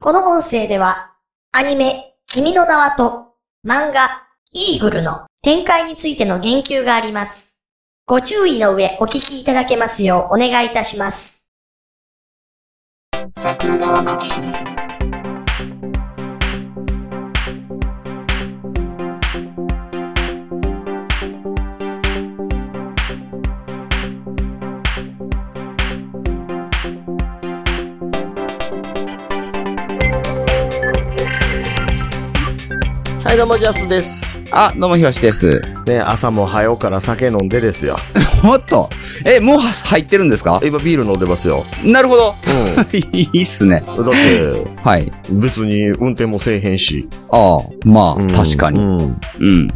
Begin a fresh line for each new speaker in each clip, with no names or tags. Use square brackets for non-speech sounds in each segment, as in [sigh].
この音声では、アニメ、君の名はと、漫画、イーグルの展開についての言及があります。ご注意の上、お聞きいただけますようお願いいたします。
桜川マキシム
はい、どうも、ジャスです。
あ、どうも、ひろしです。
ね、朝も早うから酒飲んでですよ。
おっと。え、もうは入ってるんですか
今ビール飲んでますよ。
なるほど。
う
[laughs] いいっすね。
ん。だって、
はい。
別に運転もせえへんし。
ああ、まあ、
うん
確かに、
う
うん。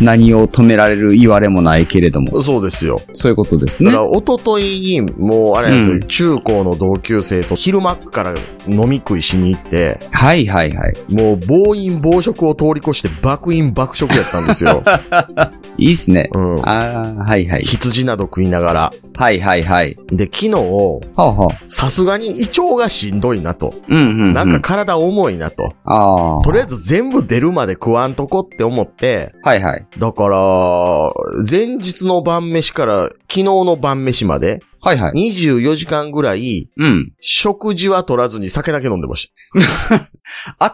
何を止められる言われもないけれども、
ん。そうですよ。
そういうことです
だ
ね
か。ら、一昨日に、もう、あれなん
う
ですよ、中高の同級生と昼間っから飲み食いしに行って、
はいはいはい。
もう、暴飲暴食を通り越して、爆飲爆食やったんですよ。
[laughs] いいっすね。
うん。
ああ、はいはい。
羊など食いながら。
はいはいはい。
で、昨日、
はあはあ。
さすがに胃腸がしんどいなと。
うんうん、うん。
なんか、体重いなと。
ああ。
とりあえず全部出るまで食わんとこって思って、
はいはい。
だから、前日の晩飯から昨日の晩飯まで、
はいはい。
24時間ぐらい、
うん。
食事は取らずに酒だけ飲んでまし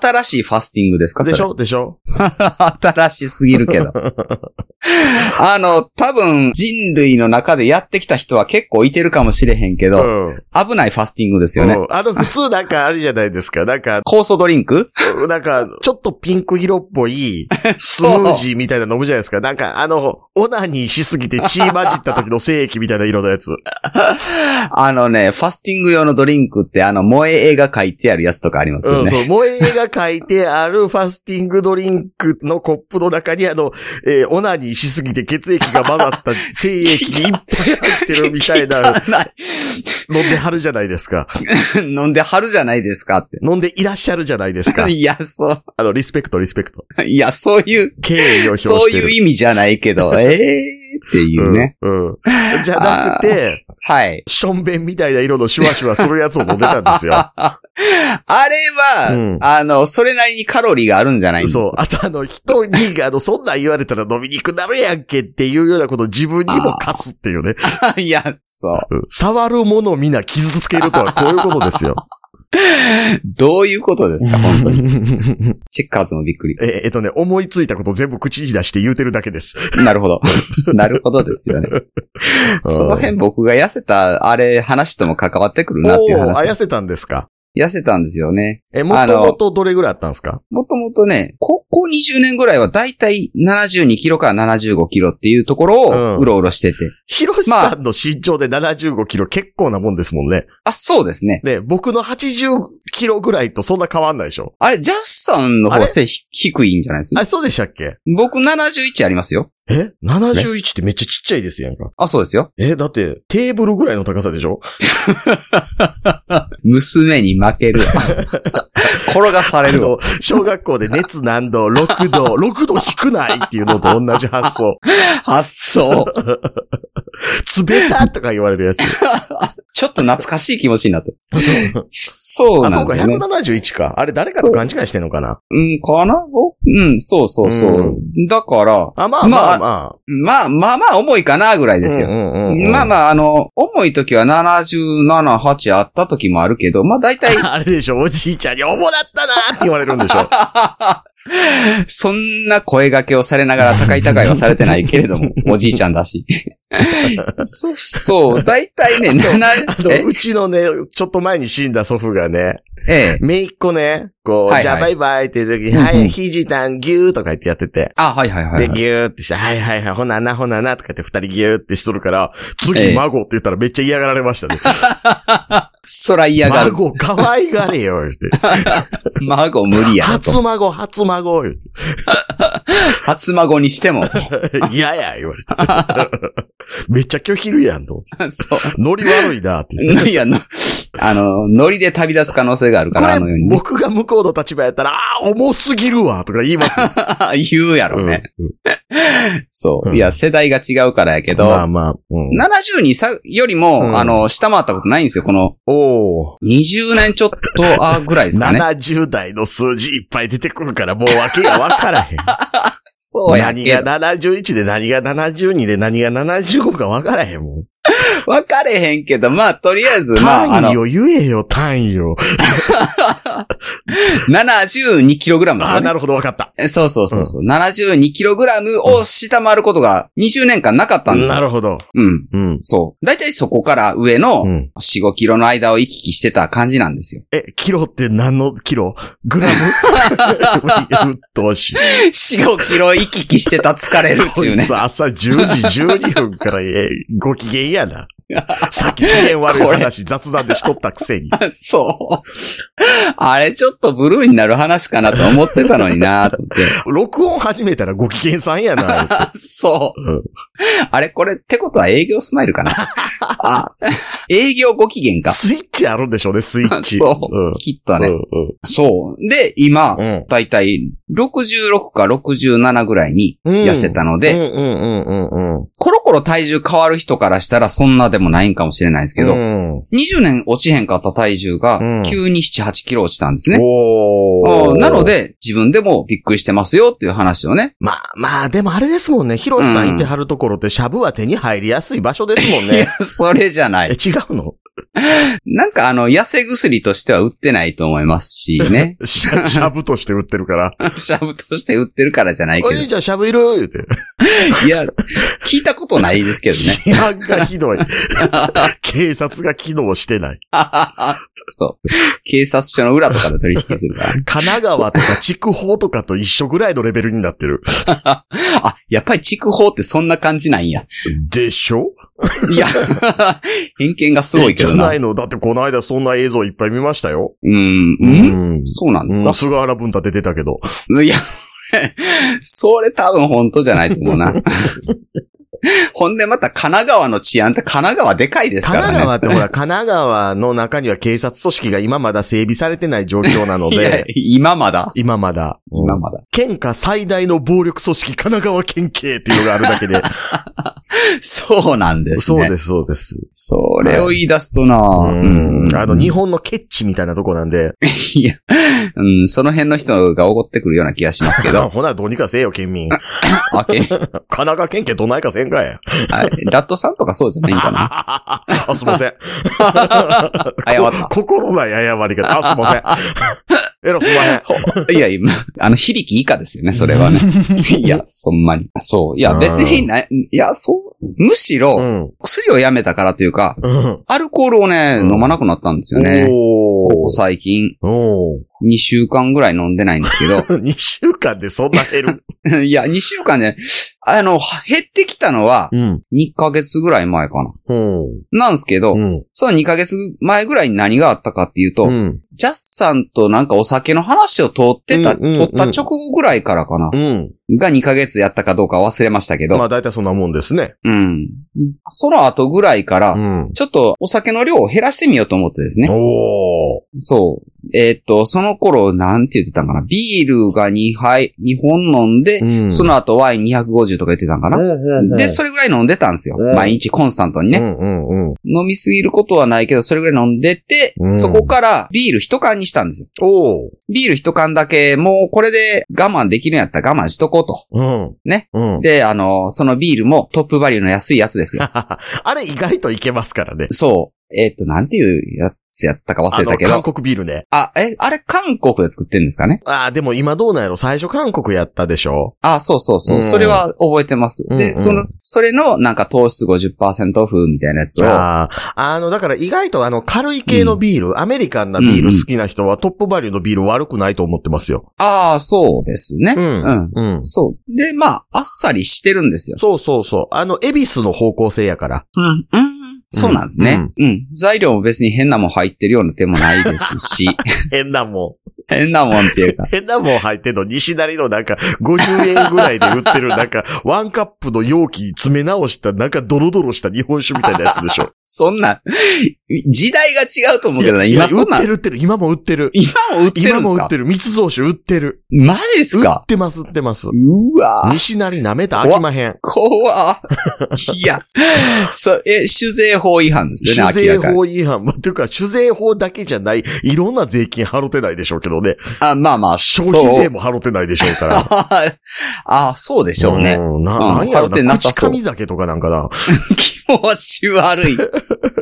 新しいファスティングです
た。
か
でし
それ
ょでしょ
[laughs] 新しすぎる
[laughs]
けど。あの、多分、人類の中でやってきた人は結構いてるかもしれへんけ
う
ど、
ん。うん
危ないファスティングですよね。
あの、普通なんかあれじゃないですか。なんか、 [laughs]
酵素ドリンク [laughs]
なんか、ちょっとピンク色っぽい、スムージーみたいなの飲むじゃないですか。なんか、あの、オナニーしすぎて血混じった時の精液みたいな色のやつ。
あのね、ファスティング用のドリンクってあの、萌え絵が書いてあるやつとかありますよ
うん、
ね。
そう。萌え絵が書いてあるファスティングドリンクのコップの中にあの、えーオナニーしすぎて血液が混ざっ
[laughs]
た精液にいっぱい入ってるみたいな、飲んではるじゃないですか。
飲んではるじゃないですかって。
飲んでいらっしゃるじゃないですか。
いや、そ
あの、リスペクト、リスペクト。
う、いや、そういう、
敬意を表してる。
そういう意味じゃない
[laughs]
けど、ええー、っていうね。
うん。うん。じゃなくて、
はい。
しょんべんみたいな色のシュワシュワするやつを飲んでたんです
[laughs]
よ。
あれは、
うん
あの、それなりにカロリーがあるんじゃないんですか
そう。あとあの、人に、あの、そんなん言われたら飲みにくなるやんけっていうようなことを自分にも課すっていうね。
[laughs] いや、そう。
うん触るものみな傷つけるとはこういうこと
[laughs]
ですよ。
どういうことですか、本当に。チェッカーズもびっくり。
え、えっとね、思いついたこと全部口に出して言うてるだけです。
なる
[laughs]
ほど。なるほどですよね。 [laughs] その辺僕が痩せた、あれ、話とも関わってくるなっていう
おーあ
話
や。せたんですか
痩せたんですよね。
え、もともとどれぐらいあったんですか
もともとね、ここ20年ぐらいはだいたい72キロから75キロっていうところ
うん
をうろうろしてて。
ヒロシさんの身長で75キロ結構なもんですもんね。
あ、そうですね。
ね、僕の80キロぐらいとそんな変わんないでしょ
あれ、ジャスさんの
あれ
方背ひ低いんじゃないですか
あ、そうでしたっけ
僕71ありますよ。
え ?71 ってめっちゃちっちゃいですやんか。
あ、そうですよ。
え、だって、テーブルぐらいの高さでしょ
娘に
[laughs]
負けるわ。 [laughs] 転がされ
あ
るわ。
の、小学校で熱何度、6度、6度低くないっていうのと同じ発想。
発想。
つべたとか言われるやつ。
ちょっと懐かしい気持ちに
[laughs]
なった。そう
あ、
な
そ
ん
う
で
か、
すよね。
171か。あれ、誰かと勘違いしてんのかな
うん、かなおうん、そうそうそう。だから、
あ、まあまあま
まあまあまあ重いかなぐらい
あ。
ですよ。
うんうんうんうん
まあまあ、あの、重い時は77、8あった時もあるけど、まあ大体、
[laughs] あれでしょ、おじいちゃんに、重だったなーって言われるんでしょ。
そんな声掛けをされながら高い高いはされてないけれ
[laughs]
ども、おじいちゃんだし。そう、そう、大体ね、
あ
7、
の、
[laughs] え
うちのね、ちょっと前に死んだ祖父がね、
ええ、
めいっ子ね、こう、
はいはい
じゃあバイバイっていう時に、
うんうん
はい、ひじたんぎゅーとか言ってやってて。
あ、はいはいは
で、
いはい。
ぎゅーってして、はいはいはい、ほなな、ほなな、とか言って二人ぎゅーってしとるから、
え
次、
え
孫って言ったらめっちゃ嫌がられましたね。
そら嫌がる。
孫、可愛がれよ、言って。
孫無理やろと。
初孫、初孫、言って。
初孫
[laughs]
にしても。
いやや、言われて。 [laughs] めっちゃ拒否るやん、と思って。
そう。 [laughs]
ノリ悪いな、って。
いや、のあの、ノリで旅立つ可能性性があるから、あのようにね。
僕が向こうの立場やったら、ああ、重すぎるわとか言いますよ。
言うやろね。
うん
そうう。
ん
いや、世代が違うからやけど、
まあまあ。うん、
70にさ、よりも、
うん
あの、下回ったことないんですよ。この、
おお、
20年ちょっと、あぐらいですかね。
70代の数字いっぱい出てくるから、もうわけがわからへん。
[laughs] そうや
何
けど。
が71で何が72で何が75かわからへんもん。
わかれへんけど、まあ、とりあえず、まあ、あ
単位
の、
を言えよ、単位を。
72kg です
ああ、
よね
な。るほど、わかった。
えそうそうそうそう。72kg を下回ることが20年間なかったんです
な
よ。
るほど。
うん。
うん。
そう。だいたいそこから上の
うん
4、5キロの間を行き来してた感じなんですよ。
え、キロって何のキログラ
[laughs]
ムうっとうしい。
4、5キロ行き来してた疲れるって
こ
いう
い [laughs]
ね。
つ朝10時12分から、え、ご機嫌や
[laughs]
な。さっき機嫌悪い話雑談でしとったくせに。
そう。あれちょっとブルーになる話かなと思ってたのになと思って。
録音始めたらご機嫌さんやな。
[laughs] あそう。
うん
あれこれってことは営業スマイルかなあ、営業ご機嫌か。
スイッチあるんでしょうね、スイッチ。
そう。きっと
うん。
ね。そう。で、今、
うん。うん。
だいたい66か67ぐらいに痩せたので、
うんうんうんうんうん。
コロコロ体重変わる人からしたらそんなでもないんかもしれないですけど、
うん
20年落ちへんかった体重
うん
が急に7、8キロ落ちたんですね。
お
う
ー
んなの、で、自分でもびっくりしてますよっていう話をね。
まあまあ、でもあれですもんね。ヒロシさんいてはるところって、シャブは手に入りやすい場所ですもん
いや
ね。、
それじゃな
え、
い。
違うの。
なんかあの、痩せ薬としては売ってないと思いますしね
シャシャブとして売ってるから。
[laughs] シャブとして売ってるからじゃないけ
お
ど。
兄ちゃん、シャブいる言うて。
いや、聞いたことないですけどね。 [laughs]
治安がひどい。警察が機能してない。
そう。警察署の裏とかで取引する
[laughs]
から。
神奈川とか筑豊とかと一緒ぐらいのレベルになってる。
あ、やっぱり筑豊ってそんな感じなんや。
でしょ
いや、偏見がすご
[laughs]
いけど
じゃ
な。
な
う
いの。だってこの間そんな映像いっぱい見ましたよ。
ーん。ん
ん
そうなんです
う
か
ん、菅原文太出てたけど。
いや、それ多分本当じゃないと思う
[laughs]
な。ほんでまた神奈川の治安って神奈川でかいです
神
からね。
奈川ってほら、神奈川の中には警察組織が今まだ整備されてない状況なの
[laughs] いや
で、
今まだ。
今まだ、
今まだ。
県下最大の暴力組織神奈川県警っていうのがあるだけで。
そうなんです
そう
ね。
です、そうです。
それを言い出すとな
うん。あの、日
本。
本のケッチみたいなとこなんで、
いや、うん、その辺の人が怒ってくるような気がします
[laughs]
けど。
ほな、どうにかせえよ、県民。神
あけ
奈川県警どないかせんかい。
はいラットさんとかそうじゃないんか
[laughs]
な。
あ、すいません。
謝った。
心ない謝り方。あ、すいません。えら、すいません。
いや、今、あの、響き以下ですよね、それ
[laughs]
はね。いや、そんまに。そう。いや、別にな、いや、そう。むし
う
ろ、
ん。
薬をやめたからというか、
うん。
アルコールをね、
うん
飲まなくなったんですよね。こ
お
こ
ー。
最近、
おー。
2週間ぐらい飲んでないんですけ
2週間でそんな減る。 [laughs]
ど、いや、2週間ね、あの、減ってきたのは、
うん。
2ヶ月ぐらい前か
う
な。
ん。
なんですけど、
うん。
その2ヶ月前ぐらいに何があったかっていうと、
うん。
ジャスさんとなんかお酒の話を通ってた、
うんうんうん
取った直後ぐらいからかな
う。ん。
が2ヶ月やったかどうか忘れましたけど、
まあ大体そんなもんですね。
うん。その後ぐらいから、
うん。
ちょっとお酒の量を減らしてみようと思ってですね。
おー。
そう。えーっと、その頃、なんて言ってたんかな。ビールが2杯、2本飲んで、
うん
その後ワイン250とか言ってたんかな。で、それぐらい飲んでたんですよ。
うん
毎日コンスタントに
れ
ね、
うんうんうん。
飲みすぎることはないけど、それぐらい飲んでて、
うん
そこからビール一缶にしたんですよ。
おー。
ビール一缶だけ、もうこれで我慢できるんやったら我慢しとこうと。
うん。
ね。
うん。
で、あの、そのビールもトップバリューの安いやつですよ。
[laughs] あれ意外といけますからね。
そう。えーっと、なんていうやつやったか忘
あ
れ
の、
たけど
韓。国ビールね。
あ、え、あれ韓国で作ってんですかね
ああ、でも今どうなんやろ最初韓国やったでしょ
あ、そうそうそう。
うん
それは覚えてます。
うんうん
で、その、それの、なんか糖質50%オフみたいなやつを。
ああ、あの、だから意外とあの、軽い系のビール、アメリカンなビール好きな人はトップバリューのビール悪くないと思ってますよ。
ああ、そうですね。
うん
うん。
うん。
そう。で、まあ、あっさりしてるんですよ。
そうそうそう。あの、恵比寿の方向性やから。 [laughs]
うん。うん。そうなん [laughs] ですね、うん。材料も別に変なもん入ってるような手もないですし。
変なも
変なもんっていうか。
変なもん入ってんの、西成のなんか、50円ぐらいで売ってる、なんか、 [laughs] ワンカップの容器詰め直した、なんかドロドロした日本酒みたいなやつでしょ。
そんなん、時代が違うと思うけどな、 [laughs] 今
いや
そんな
売っ
ん
て、る売ってる、今も売ってる。
今も売ってる
今
んで
も
す
売っ
か
てる、密造酒売ってる。
マジっす
売
か
ってます、売ってます。
うわぁ。
西成舐めたらあきまへん。
怖 [laughs] っいや、そ、え、酒税法違反ですよね、
酒
明
税
らかに。
法違反。まあというか、酒税法だけじゃない、いろんな税金払ってないでしょうけどね。
あ、まあまあ、
消費税
も。
も払ってないでしょうから。
あ [laughs] あ、 [laughs] そうでしょうね。
んな、
うん
なんやろ
払って
な、
なさ
口
そう
上酒とかなんかな。
気持ち悪い。 [laughs]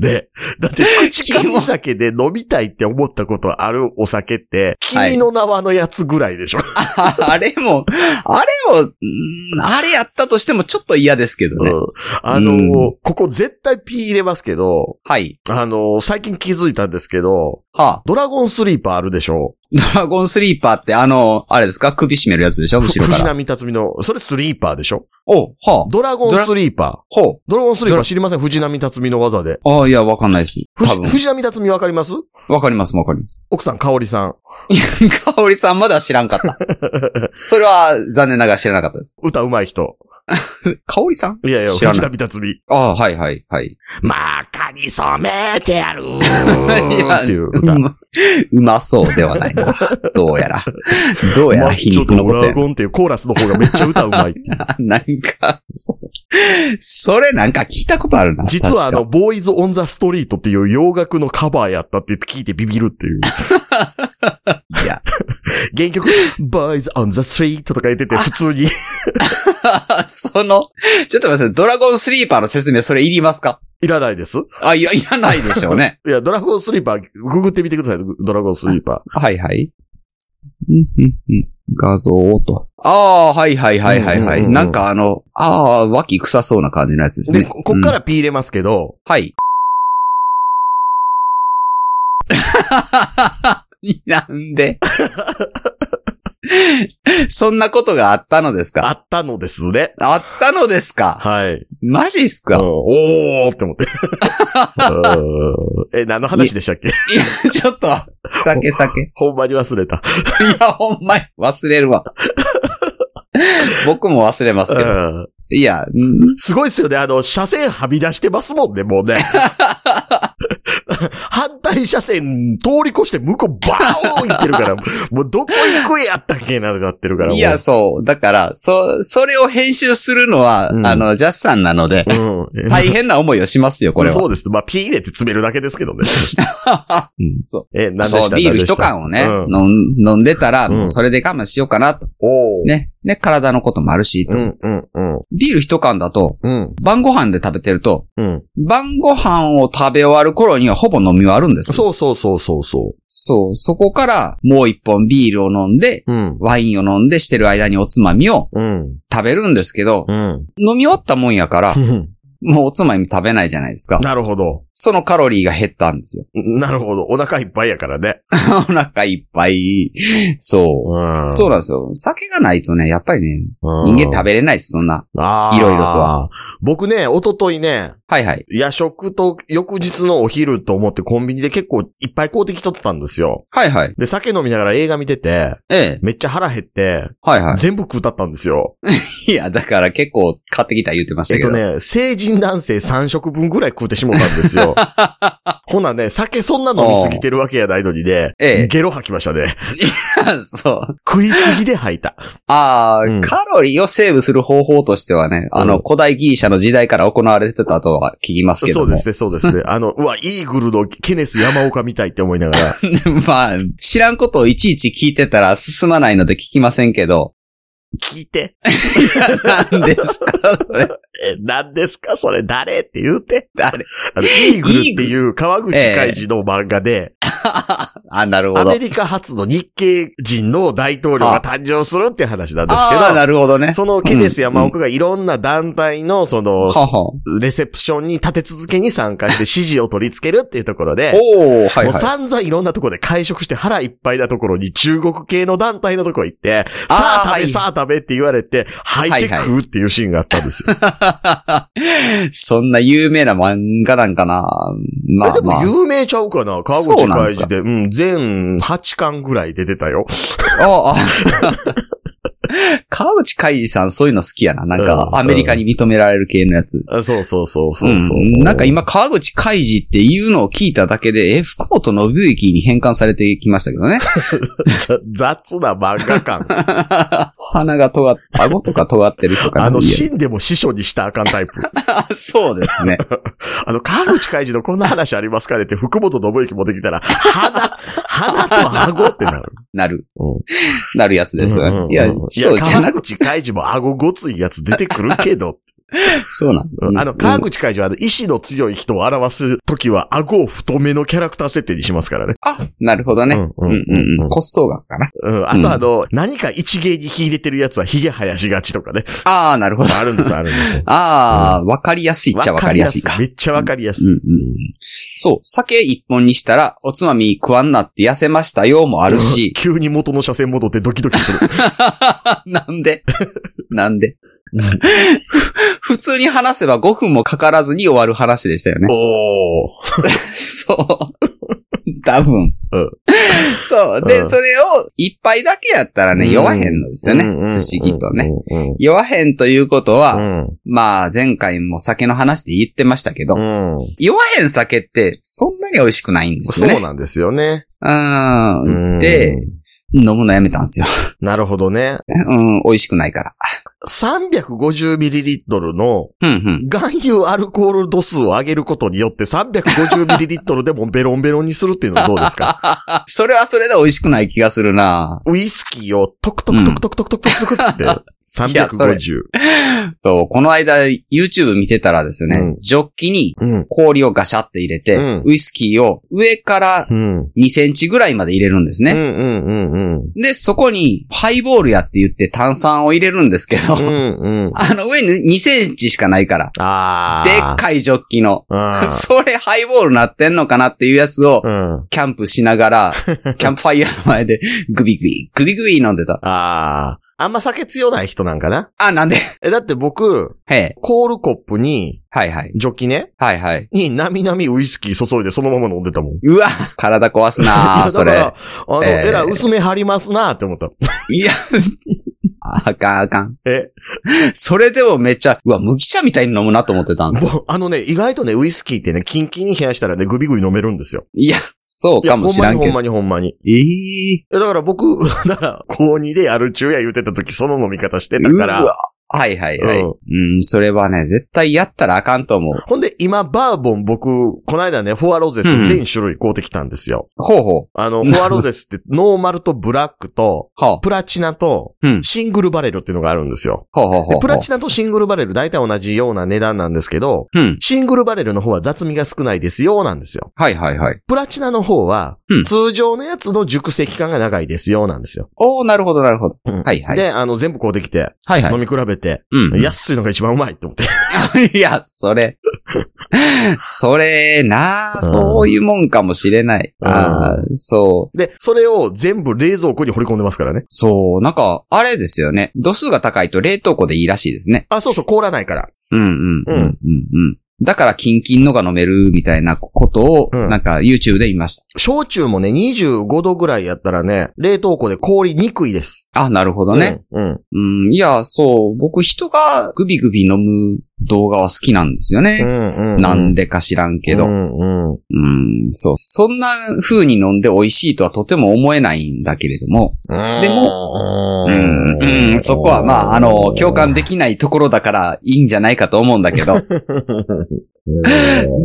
で、だって、口上酒で飲みたいって思ったことあるお酒って、
はい
君の名はのやつぐらいでしょ。
ああれも、あれも、うーんあれやったとしてもちょっと嫌ですけどね。
うんあのー
うん
ここ絶対 P 入れますけど、
はい。
あのー最近気づいたんですけど、
はあ、
ドラゴンスリーパーあるでしょ
ドラゴンスリーパーってあの、あれですか首絞めるやつでしょ後ろ
藤
から。
波辰巳の、それスリーパーでしょ
おはあ、
ドラゴンスリーパー。
ほ
ドラゴンスリーパ
ド
ー
ラ
知りません藤波辰巳の技で。
う。ああ、いや、わかんないです。
藤
多分。
藤波辰巳わかります
わかります、わかります。 [laughs]
奥さん、香織さん。
香織さんまだ知らんかった。それは残念ながら知らなかったです。
歌うまい人。
香織さん
いやいや、
知らない
藤波辰巳。
ああ、はい、はい、はい。
真っ赤に染めてやるー
や
って [laughs] いう歌。
うまうまそうではない [laughs] な。どうやら。どうやら皮
ちょっ
肉
と
のこ
ド
と
ラ
や
ゴンっていうコーラスの方がめっちゃ歌うまいっていう。
な。なんか、そう。それなんか聞いたことあるな。
実はあの、
確か、
ボーイズ・オン・ザ・ストリートっていう洋楽のカバーやったって聞いてビビるっていう。
[laughs] いや。
[laughs] 原曲、ボーイズ・オン・ザ・ストリートとか言ってて普通に。 [laughs]
[laughs] その、ちょっと待ってください。ドラゴンスリーパーの説明、それいりますか
いらないです。
あ、いや、いらないでしょう [laughs] ね。
いや、ドラゴンスリーパー、ググってみてください。ドラゴンスリーパ
はいはい。うんうんうん画像をと。ああ、はいはいはいは
う
いは
んうんうんう
い。
ん
なんかあの、ああ、脇臭そうな感じのやつで
ー。
すね。
で、ここっか
うん
ら P 入れますけど、
はい。 [laughs] なんで [laughs] そんなことがあったのです
あ
か
ったのですね。
あったのですか
はい。うん
マジっすか
おーって思
[laughs]
って。うんえ、何の話でしたっけ [laughs]
いや、ちょっと、酒酒。い
ほんまに忘れた。
や、ほんまに忘れるわ。僕も忘れますけど。
うん
いや、ん
すごいですよね。あの、車線はみ出してますもんね、もうね。 [laughs] 反対車線通り越して向こうバーン行ってるから、もうどこ行くんやったっけななってるから。もう
いや、、そう。だから、そ、それを編集するのは、
うん
あの、ジャスさんなので、
うん。
大変な思いをしますよ、これ
そ
は。
うです。まあ、ピー入れて詰めるだけですけど
[laughs]
ね。
そう。
え、なんでした
そう、ビール一缶をね、
うん
飲ん飲んでたら、
うん
もうそれで我慢しようかなと。
おー。
ね。ね、体のこともあるし、と
うん、うん、うん、
ビール一缶だと、
うん、
晩ご飯で食べてると、
うん。
晩ご飯を食べ終わる頃にはほぼ飲み終わるんですよ。
そうそうそうそうそ
そう、そこからもう一本ビールを飲んで、
う。うん、
ワインを飲んでしてる間におつまみを
うん、
食べるんですけど、
うん。
飲み終わったもんやから、もうおつまみ食べないじゃないです
[laughs]
か。
なるほど。
そのカロリーが減ったんですよ。 [laughs]
なるほど。お腹いっぱいやからね。
お腹いっぱい。そう。
うん
そうなんですよ。酒がないとね、やっぱりね、
うん
人間食べれないです、そんな。
ああ。
いろいろとは。
僕ね、おとといね、
はいはい。
夜食と翌日のお昼と思ってコンビニで結構いっぱい買うてきとったんですよ。
はいはい。
で、酒飲みながら映画見てて、
ええ。
めっちゃ腹減って、
はいは
全部食うたったんですよ。
い。い [laughs] や、だから結構買ってきた言ってました
えっ
けど。
とね、成人男性3食分ぐらい食うてしもたんです
[laughs]
よ。ほなね、酒そんな飲みすぎてるわけやないのにね、
ええ
ゲロ吐きましたね。
[laughs] そう。
食いすぎで吐い
[laughs]
た。
ああ、
うん
カロリーをセーブする方法としてはね、あ
うん
の、古代ギリシャの時代から行われてたとは聞きますけ
そ
ど
うで
も。
すね、そうですね。あの、うわ、イーグルのケネス山岡みたいって思いな
[laughs]
がら。
まあ、知らんことをいちいち聞いてたら進まないので聞きませんけど。 [laughs]
聞いて、
何ですかそれ。
え、何ですかそれ誰って言うて。
誰
あの、イーグルっていう川口海事の漫画で、
あ、なるほ
ア
ど。
メリカ初の日系人の大統領が誕生するっていう話なんです
ああ、
け
なるほどね
ど、。そのケネス山岡がいろんな団体のその、
はは。
レセプションに立て続けに参加して支持を取り付けるっていうところで、
おおはい
もう
はい。
散々いろんなところで会食して腹いっぱいなところに中国系の団体のところ行って、さ
あー
あ食べ
はい
さあ食べって言われて、吐いて食うっていうシーンがあったんですよ。
そんな有名な漫画なんかなま
え
あ
で
ま
も
あ。
有名ちゃうかな川口海事で。うん、全8巻ぐらい出てたよ。
ああ。川内海さんそういうの好きやな。なんか
う、ん
アメリカに認められる系のやつ。。
あそうそうそうそううそうん
なんか今、川口海事っていうのを聞いただけで、え、福本信之に変換されてきましたけどね。 [laughs]
ざ雑な漫画 [laughs] 感。
鼻が尖っ、顎とか尖ってる人かな。
あの、
いや
死んでも師匠にしたらあかんタイプ。
あそうですね。
あの、川口海事のこんな話ありますかねって、福本信之持ってきたら、鼻、鼻と顎ってなる。
なる、
うん
なるやつです。
うんうんうん
いや
い、
そう
や
じゃな
川
く、
口海事も顎ごついやつ出てくるけど。
[laughs] そうなんですね。
あの、川
うん
口海事は、あの意志の強い人を表すときは、顎を太めのキャラクター設定にしますからね。
あ、なるほどね。
うんう
うんん
うん
うんうん。骨相学かな。
うん。あとあの、何か一芸に秀でてるやつは髭生やしがちとかね。
ああ、なるほど。
あるんです、あるんです。
ああ、わかりやすいっちゃわかりやすいか。
めっちゃわかりやす
う
い、
ん。うんうんそう、酒一本にしたら、おつまみ食わんなって痩せましたよもあるし
[laughs] 急に元の車線戻ってドキドキする。
なんでなんで普通に話せば5分もかからずに終わる話でしたよね。
おー。
そう。 [laughs] 多分。
うん
そう。で、
うん
それを一杯だけやったらね、
うん
酔わへんのですよね。不思議とね。。酔わへんということ
う
は、
ん。
まあ前回も酒の話で言ってましたけど、
うん。
酔わへん酒ってそんなに美味しくないんです
そ
よ
う
ね。
なんですよね。
う
うん
ん。で、飲むのやめたんですよ。 [laughs]
なるほどね。
うん、美味しくないから。
350ml の
うんうん。
含有アルコール度数を上げることによって 350ml でもベロンベロンにするっていうのはどうですか
あ、それはそれで美味しくない気がするな
ウイスキーをトクトクトクトクトクトクトクトクって
いやそれ
350。
と、この間 YouTube 見てたらですね、
うん
ジョッキに
うん。
氷をガシャって入れて、
うん
ウイスキーを上から
うん。
2センチぐらいまで入れるんです
う
ね。
んうんうんうん。
で、そこにハイボールやって言って炭酸を入れるんですけど、
うんうん。
[laughs] あの上に2センチしかないから、
あ
でっ
ー。
かいジョッキの、
うん
[laughs] それハイボールなってんのかなっていうやつを、
うん。
キャンプしな
[laughs]
がら、キャンプファイヤーの前でグビグビ、グビグビ飲んでた。
あー。あんま酒強ない人なんかな
あ、なんで [laughs]
え、だって僕、
へえ。
コールコップに、
はいはい。
ジョキね、
はいはい。
に、なみなみウイスキー注いでそのまま飲んでたもん。
うわ、体壊すな
[laughs]
あ
だか
そ
ら
れ。
あの、
えー
えら、薄め張りますなって思った。
いや、あかんあかん。
え、
それでもめっちゃ、うわ、麦茶みたいに飲むなと思ってたんですよ。
もう、あのね、意外とね、ウイスキーってね、キンキンに冷やしたらね、グビグビ飲めるんですよ。
いや、そう
いや、
か
ほん
も
ま
しら
に
ん
ほ
け
ん
ど。
まにほんまに。い
ええ
やだから僕、 [laughs] だから、高2でやる中や言うてた時、その飲み方して
ー。
たから
う。わ。はいはいはい。
う
うん、それはね、絶対やったらあかんと思う。
ほんで、今、バーボン僕、この間ね、フォアロゼ
う
ス
ん
全種類買うてきたんですよ。
ほうほう。
あの、フォアロゼスって、 [laughs] ノーマルとブラックと、
は
プラチナと
うん、
シングルバレルっていうのがあるんですよ。
あ、ほうほうほ
で
う。
プラチナとシングルバレル大体同じような値段なんですけど、
うん。
シングルバレルの方は雑味が少ないですよ、なんですよ。
はいはいはい。
プラチナの方は
うん、
通常のやつの熟成期間が長いですよ、なんですよ。
おー、なるほどなるほど。
うん
はいはい。
で、あの、全部こうできて、
はいは
飲
い。
み比べて、
うん。
安いのが一番うまいって思って。
[laughs] いや、
[laughs]
それ。それなあ、そういうもんかもしれない。
うん
ああ、そう。
で、それを全部冷蔵庫に掘り込んでますからね。
そう、なんか、あれですよね。度数が高いと冷凍庫でいいらしいですね。
あ、そうそう、凍らないから。
うんうんうんうんうん。だから、キンキンのが飲めるみたいなことを、
うん
なんか、YouTube で言いまし
焼酎もね、25度ぐらいやったらね、冷凍庫で凍りにくいです。
た。あ、なるほどね。
うん。うん。
うん、いや、そう、僕、人がグビグビ飲む動画は好きなんですよ
う
ね。
んうん。
なんでか知らんけど。
う
うん、
んうん。
そう。そんな風に飲んで美味しいとはとても思えないんだけれども。
でも
うん、うん、そこはまあ、あの、共感できないところだからいいんじゃないかと思うんだけど。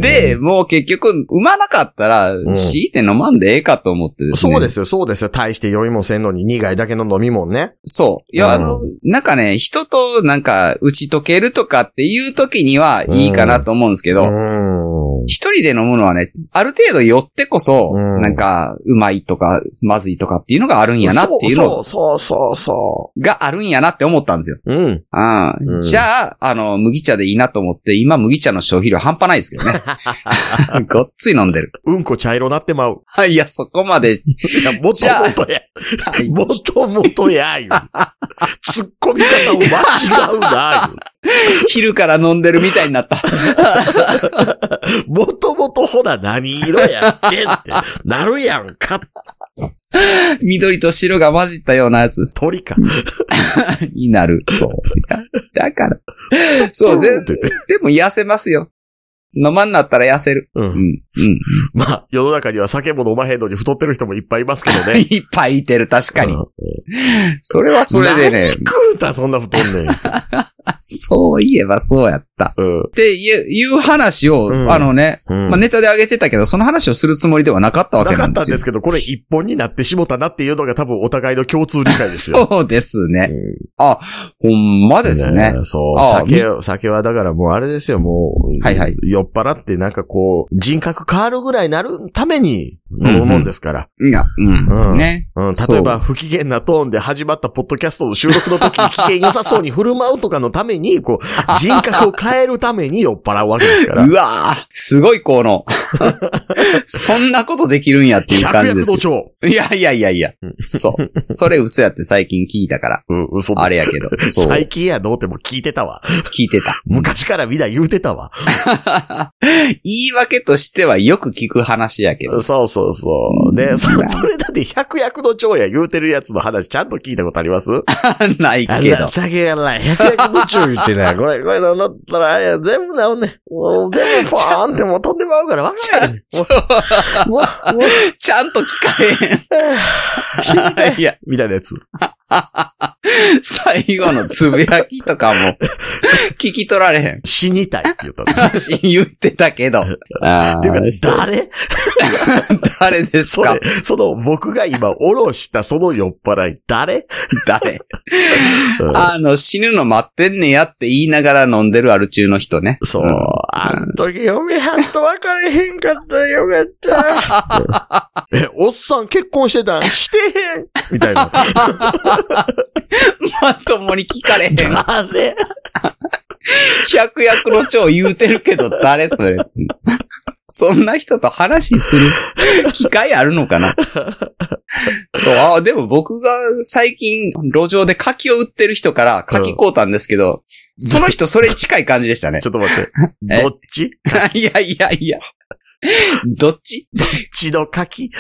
で、もう結局、産まなかったら、
ん
強いて飲まんでええかと思ってですね。
そうですよ、そうですよ。大して酔いもせんのに苦いだけの飲みもんね。
そう。いや、あ
うん
の、なんかね、人となんか打ち解けるとかっていう時にはいいかなと思うんですけ
う
ど、
ん。
一人で飲むのはね、ある程度酔ってこそ、
うん
なんか、うまいとか、まずいとかっていうのがあるんやなっていうの
そうそうそうそ
があるんやなって思ったんですよ。
う。うん。
ああ
うん
じゃあ、あの、麦茶でいいなと思って、今麦茶の消費量半端ないですけど
[laughs]
ね。ごっつい飲んでる。
うんこ茶色なってまう。
あいや、そこま [laughs]
い
で。
や、も
じゃあ
ともとや。もともとや、言う。突っ込み方を間違うな、言う。
昼から飲んでるみたいに
[laughs]
なった。
もともとほら何色やっけってなるやんか。
緑と白が混じったようなやつ
鳥か。
になる。そう。だから。そう。で、
って言って
でも痩せますよ。飲まんなったら痩せる。
う。
うんん。うん。
まあ、世の中には酒も飲まへんのに太ってる人もいっぱいいますけどね。
いっぱいいてる、確かに
う。ん
それはそれでね、
何食うた、そんな太んねん。
そういえばそうやった。っていう、いう話を、
うん
あのね、
うん。
まあ、ネタで上げてたけど、その話をするつもりではなかったわ
な
け
か
な
っ
んで
たん
す
で
よ。
すけど、これ一本になってしもたなっていうのが多分お互いの共通理解ですよ。
そうです
う
ね。
ん
ほんまですね。。
そう。
ああ
酒を、酒はだからもうあれですよ、もう。
はいはい
酔っ払ってなんかこう、人格変わるぐらいなるために飲むもんですから。
いや、うん。
うん
ね。
うん。
そう
例えば、不機嫌なトーンで始まったポッドキャストの収録の時に機嫌良さそうに振る舞うとかのために、こう、人格を変えるために酔っ払うわけですから
う。わぁ、すごい効
[laughs]
能。そんなことできるんやっていう
百
感じで
薬
す
の。長。
いやいやいやいや
うん。
そう。それ嘘やって最近聞いたから。
うん、嘘です
あれやけど。そう。
最近やのっても聞いてたわ。
聞いてた。
昔からみんな言うてたわ。
言い訳としてはよく聞く話やけど。
そうそうそう。
う
で、
ん
そ、それだって百薬の長や言うてるやつの話ちゃんと聞いたことあります
ないけど。
酒がない。百薬の長言って
[laughs]
ない。これ、これ乗ったら、いや全部治んねん。もう全部ファーンってもう飛んでまうから分からへんねん。もう、もう、もう
ちゃんと
[laughs]
聞か
死にた
へん。
い。
[laughs] いや、
みたいなやつ。
最後のつぶやきとか
[laughs]
も、聞き取られへん。
死にたいって言ったんです。
写真言ってたけど。 [laughs] あ
[laughs] っていうか
ー、そう
誰
誰です
そ
か
れ、その僕が今おろしたその酔っ払い、誰
誰
うん
あの、死ぬの待ってんねやって言いながら飲んでるアル中の人 [laughs] ね。
そう。
ん
あん時嫁はんと別れへんかったらよかった。
[laughs]
え、おっさん結婚してたんしてへんみたいな。
[laughs] まともに聞かれへん。
あれ
百薬の長言うてるけど、誰それ。そんな人と話する機会あるのかなそう、あでも僕が最近路上で柿を売ってる人から柿買うたんですけど、その人それに近い感じでしたね
ち。ょっと待って。
え
どっちどっ
[laughs] いやいやいや。どっち
ちの柿
い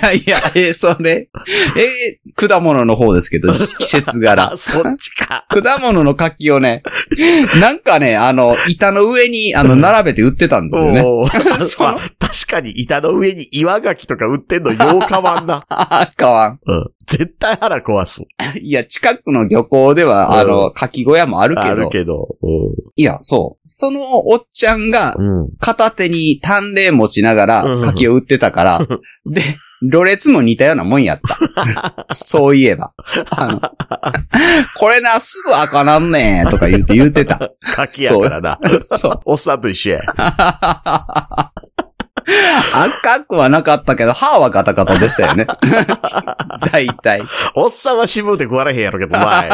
やいや、えーそれ。えー果物の方ですけど、季節柄
あ、。そっちか。
果物の柿をね、 [laughs] なんかね、あの、板の上に、あの、並べて売ってたんですよね。
おー
その
まあ確かに板の上に岩柿とか売ってんのよう変わんな。
[laughs] ああ、かわん。
うん。絶対腹壊す。
いや、近くの漁港では、あ
う
の、柿小屋もあるけ
ある
ど。
けど。
いや、そう。そのおっちゃんが、
うん。うん。
片手に短麗持ちながら
うん、
柿を売ってたから、で、ろれつも似たようなもん
[laughs]
やった。そういえば。あの、これな、すぐ開かなんねえ、とか言って言ってた。
柿やからな。
そう。
おっさんと一
[laughs]
緒や。
赤くはなかったけど、歯はガタガタでしたよ
[laughs]
ね。大体。
おっさんは渋うて食われへんやろけど、お
[laughs]
前。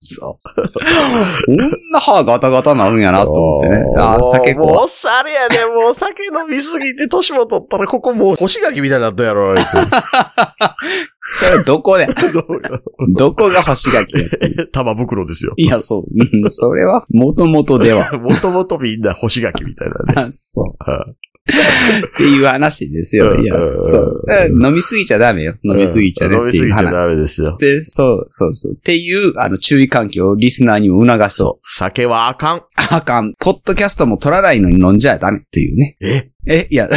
そう。こんな歯ガタガタなるんやなと思っ
[laughs]
てね。あー、酒
もう、
こ
おっさんあれやね、もう酒飲みすぎて年も取ったら、ここもう干し柿みたいになったやろ、言う
それど
[laughs]
こで、
て
どこが星がきや
[laughs] 玉袋ですよ。
いや、そう。うんそれは、もともとでは。
[laughs] もともとみんな干し柿みたいなね。
あそう
[laughs] は。
っていう話ですよ。いや
うんうんう、ん
そう。飲みすぎちゃダメよ。 [laughs] 飲みすぎちゃね
飲
っ
み
て
す
い
ぎち
う
ゃ
話。
ダメですよ。
で、そう、そうそう。っていう、あの、注意喚起をリスナーにも促し
そう
と、。
酒はあかん。
あかん。ポッドキャストも取らないのに飲んじゃダメっていうね。
え
え、いや、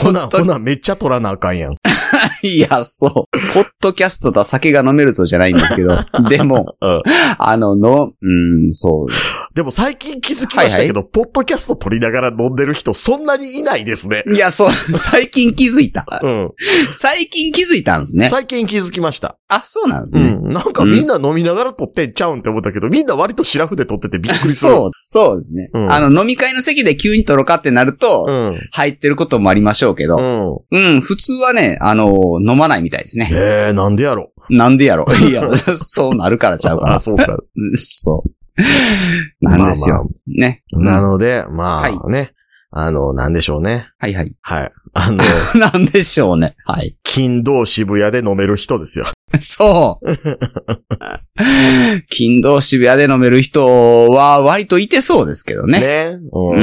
ほな、ほな、めっちゃ取らなあかんやん。
[laughs] いや、そう。ポッドキャストと酒が飲めるぞじゃないんですけ
[laughs]
ど。でも、
うん
あの、の、うん、そう。
でも最近気づきましたけど、ポッドキャスト取りながら飲んでる人、そんなにいないですね。
いや、そう。最近気づいた。
うん。
最近気づいたんですね。
最近気づきました。
あ、そうなんです
う
ね。
ん。なんかみんな飲みながら取ってんちゃうんって思ったけど、みんな割とシラフで取っててびっくり [laughs] する。
そう、そうですね。
うん
あの、飲み会の席で急にとろかってなると、
うん。
入ってることもありましょうけど、
うん。
うん、普通はね、あの、飲まないみたいですね。
ええなんでやろ
なんでやろ。いや、そうなるからちゃうか
あ、
ら。
そうか。
うんそう。なんですよ。
まあま
ね。
な
うん
ので、まあ、
は
ね。あの、なんでしょうね。
はい [laughs] はい。
[laughs] はい。あの、
なんでしょうね。はい。
金道渋谷で飲める人ですよ。
[laughs] そう。金土渋谷で飲める人は割といてそうですけどね。
ね。
う
うん。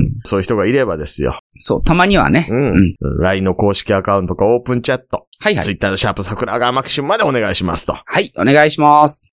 ん。
そういう人がいればですよ。
そう、たまにはね。
うん。LINE の公式アカウントかオープンチャット。
はいはい。
Twitter のシャープ桜川マキシムまでお願いしますと。
はい、お願いします。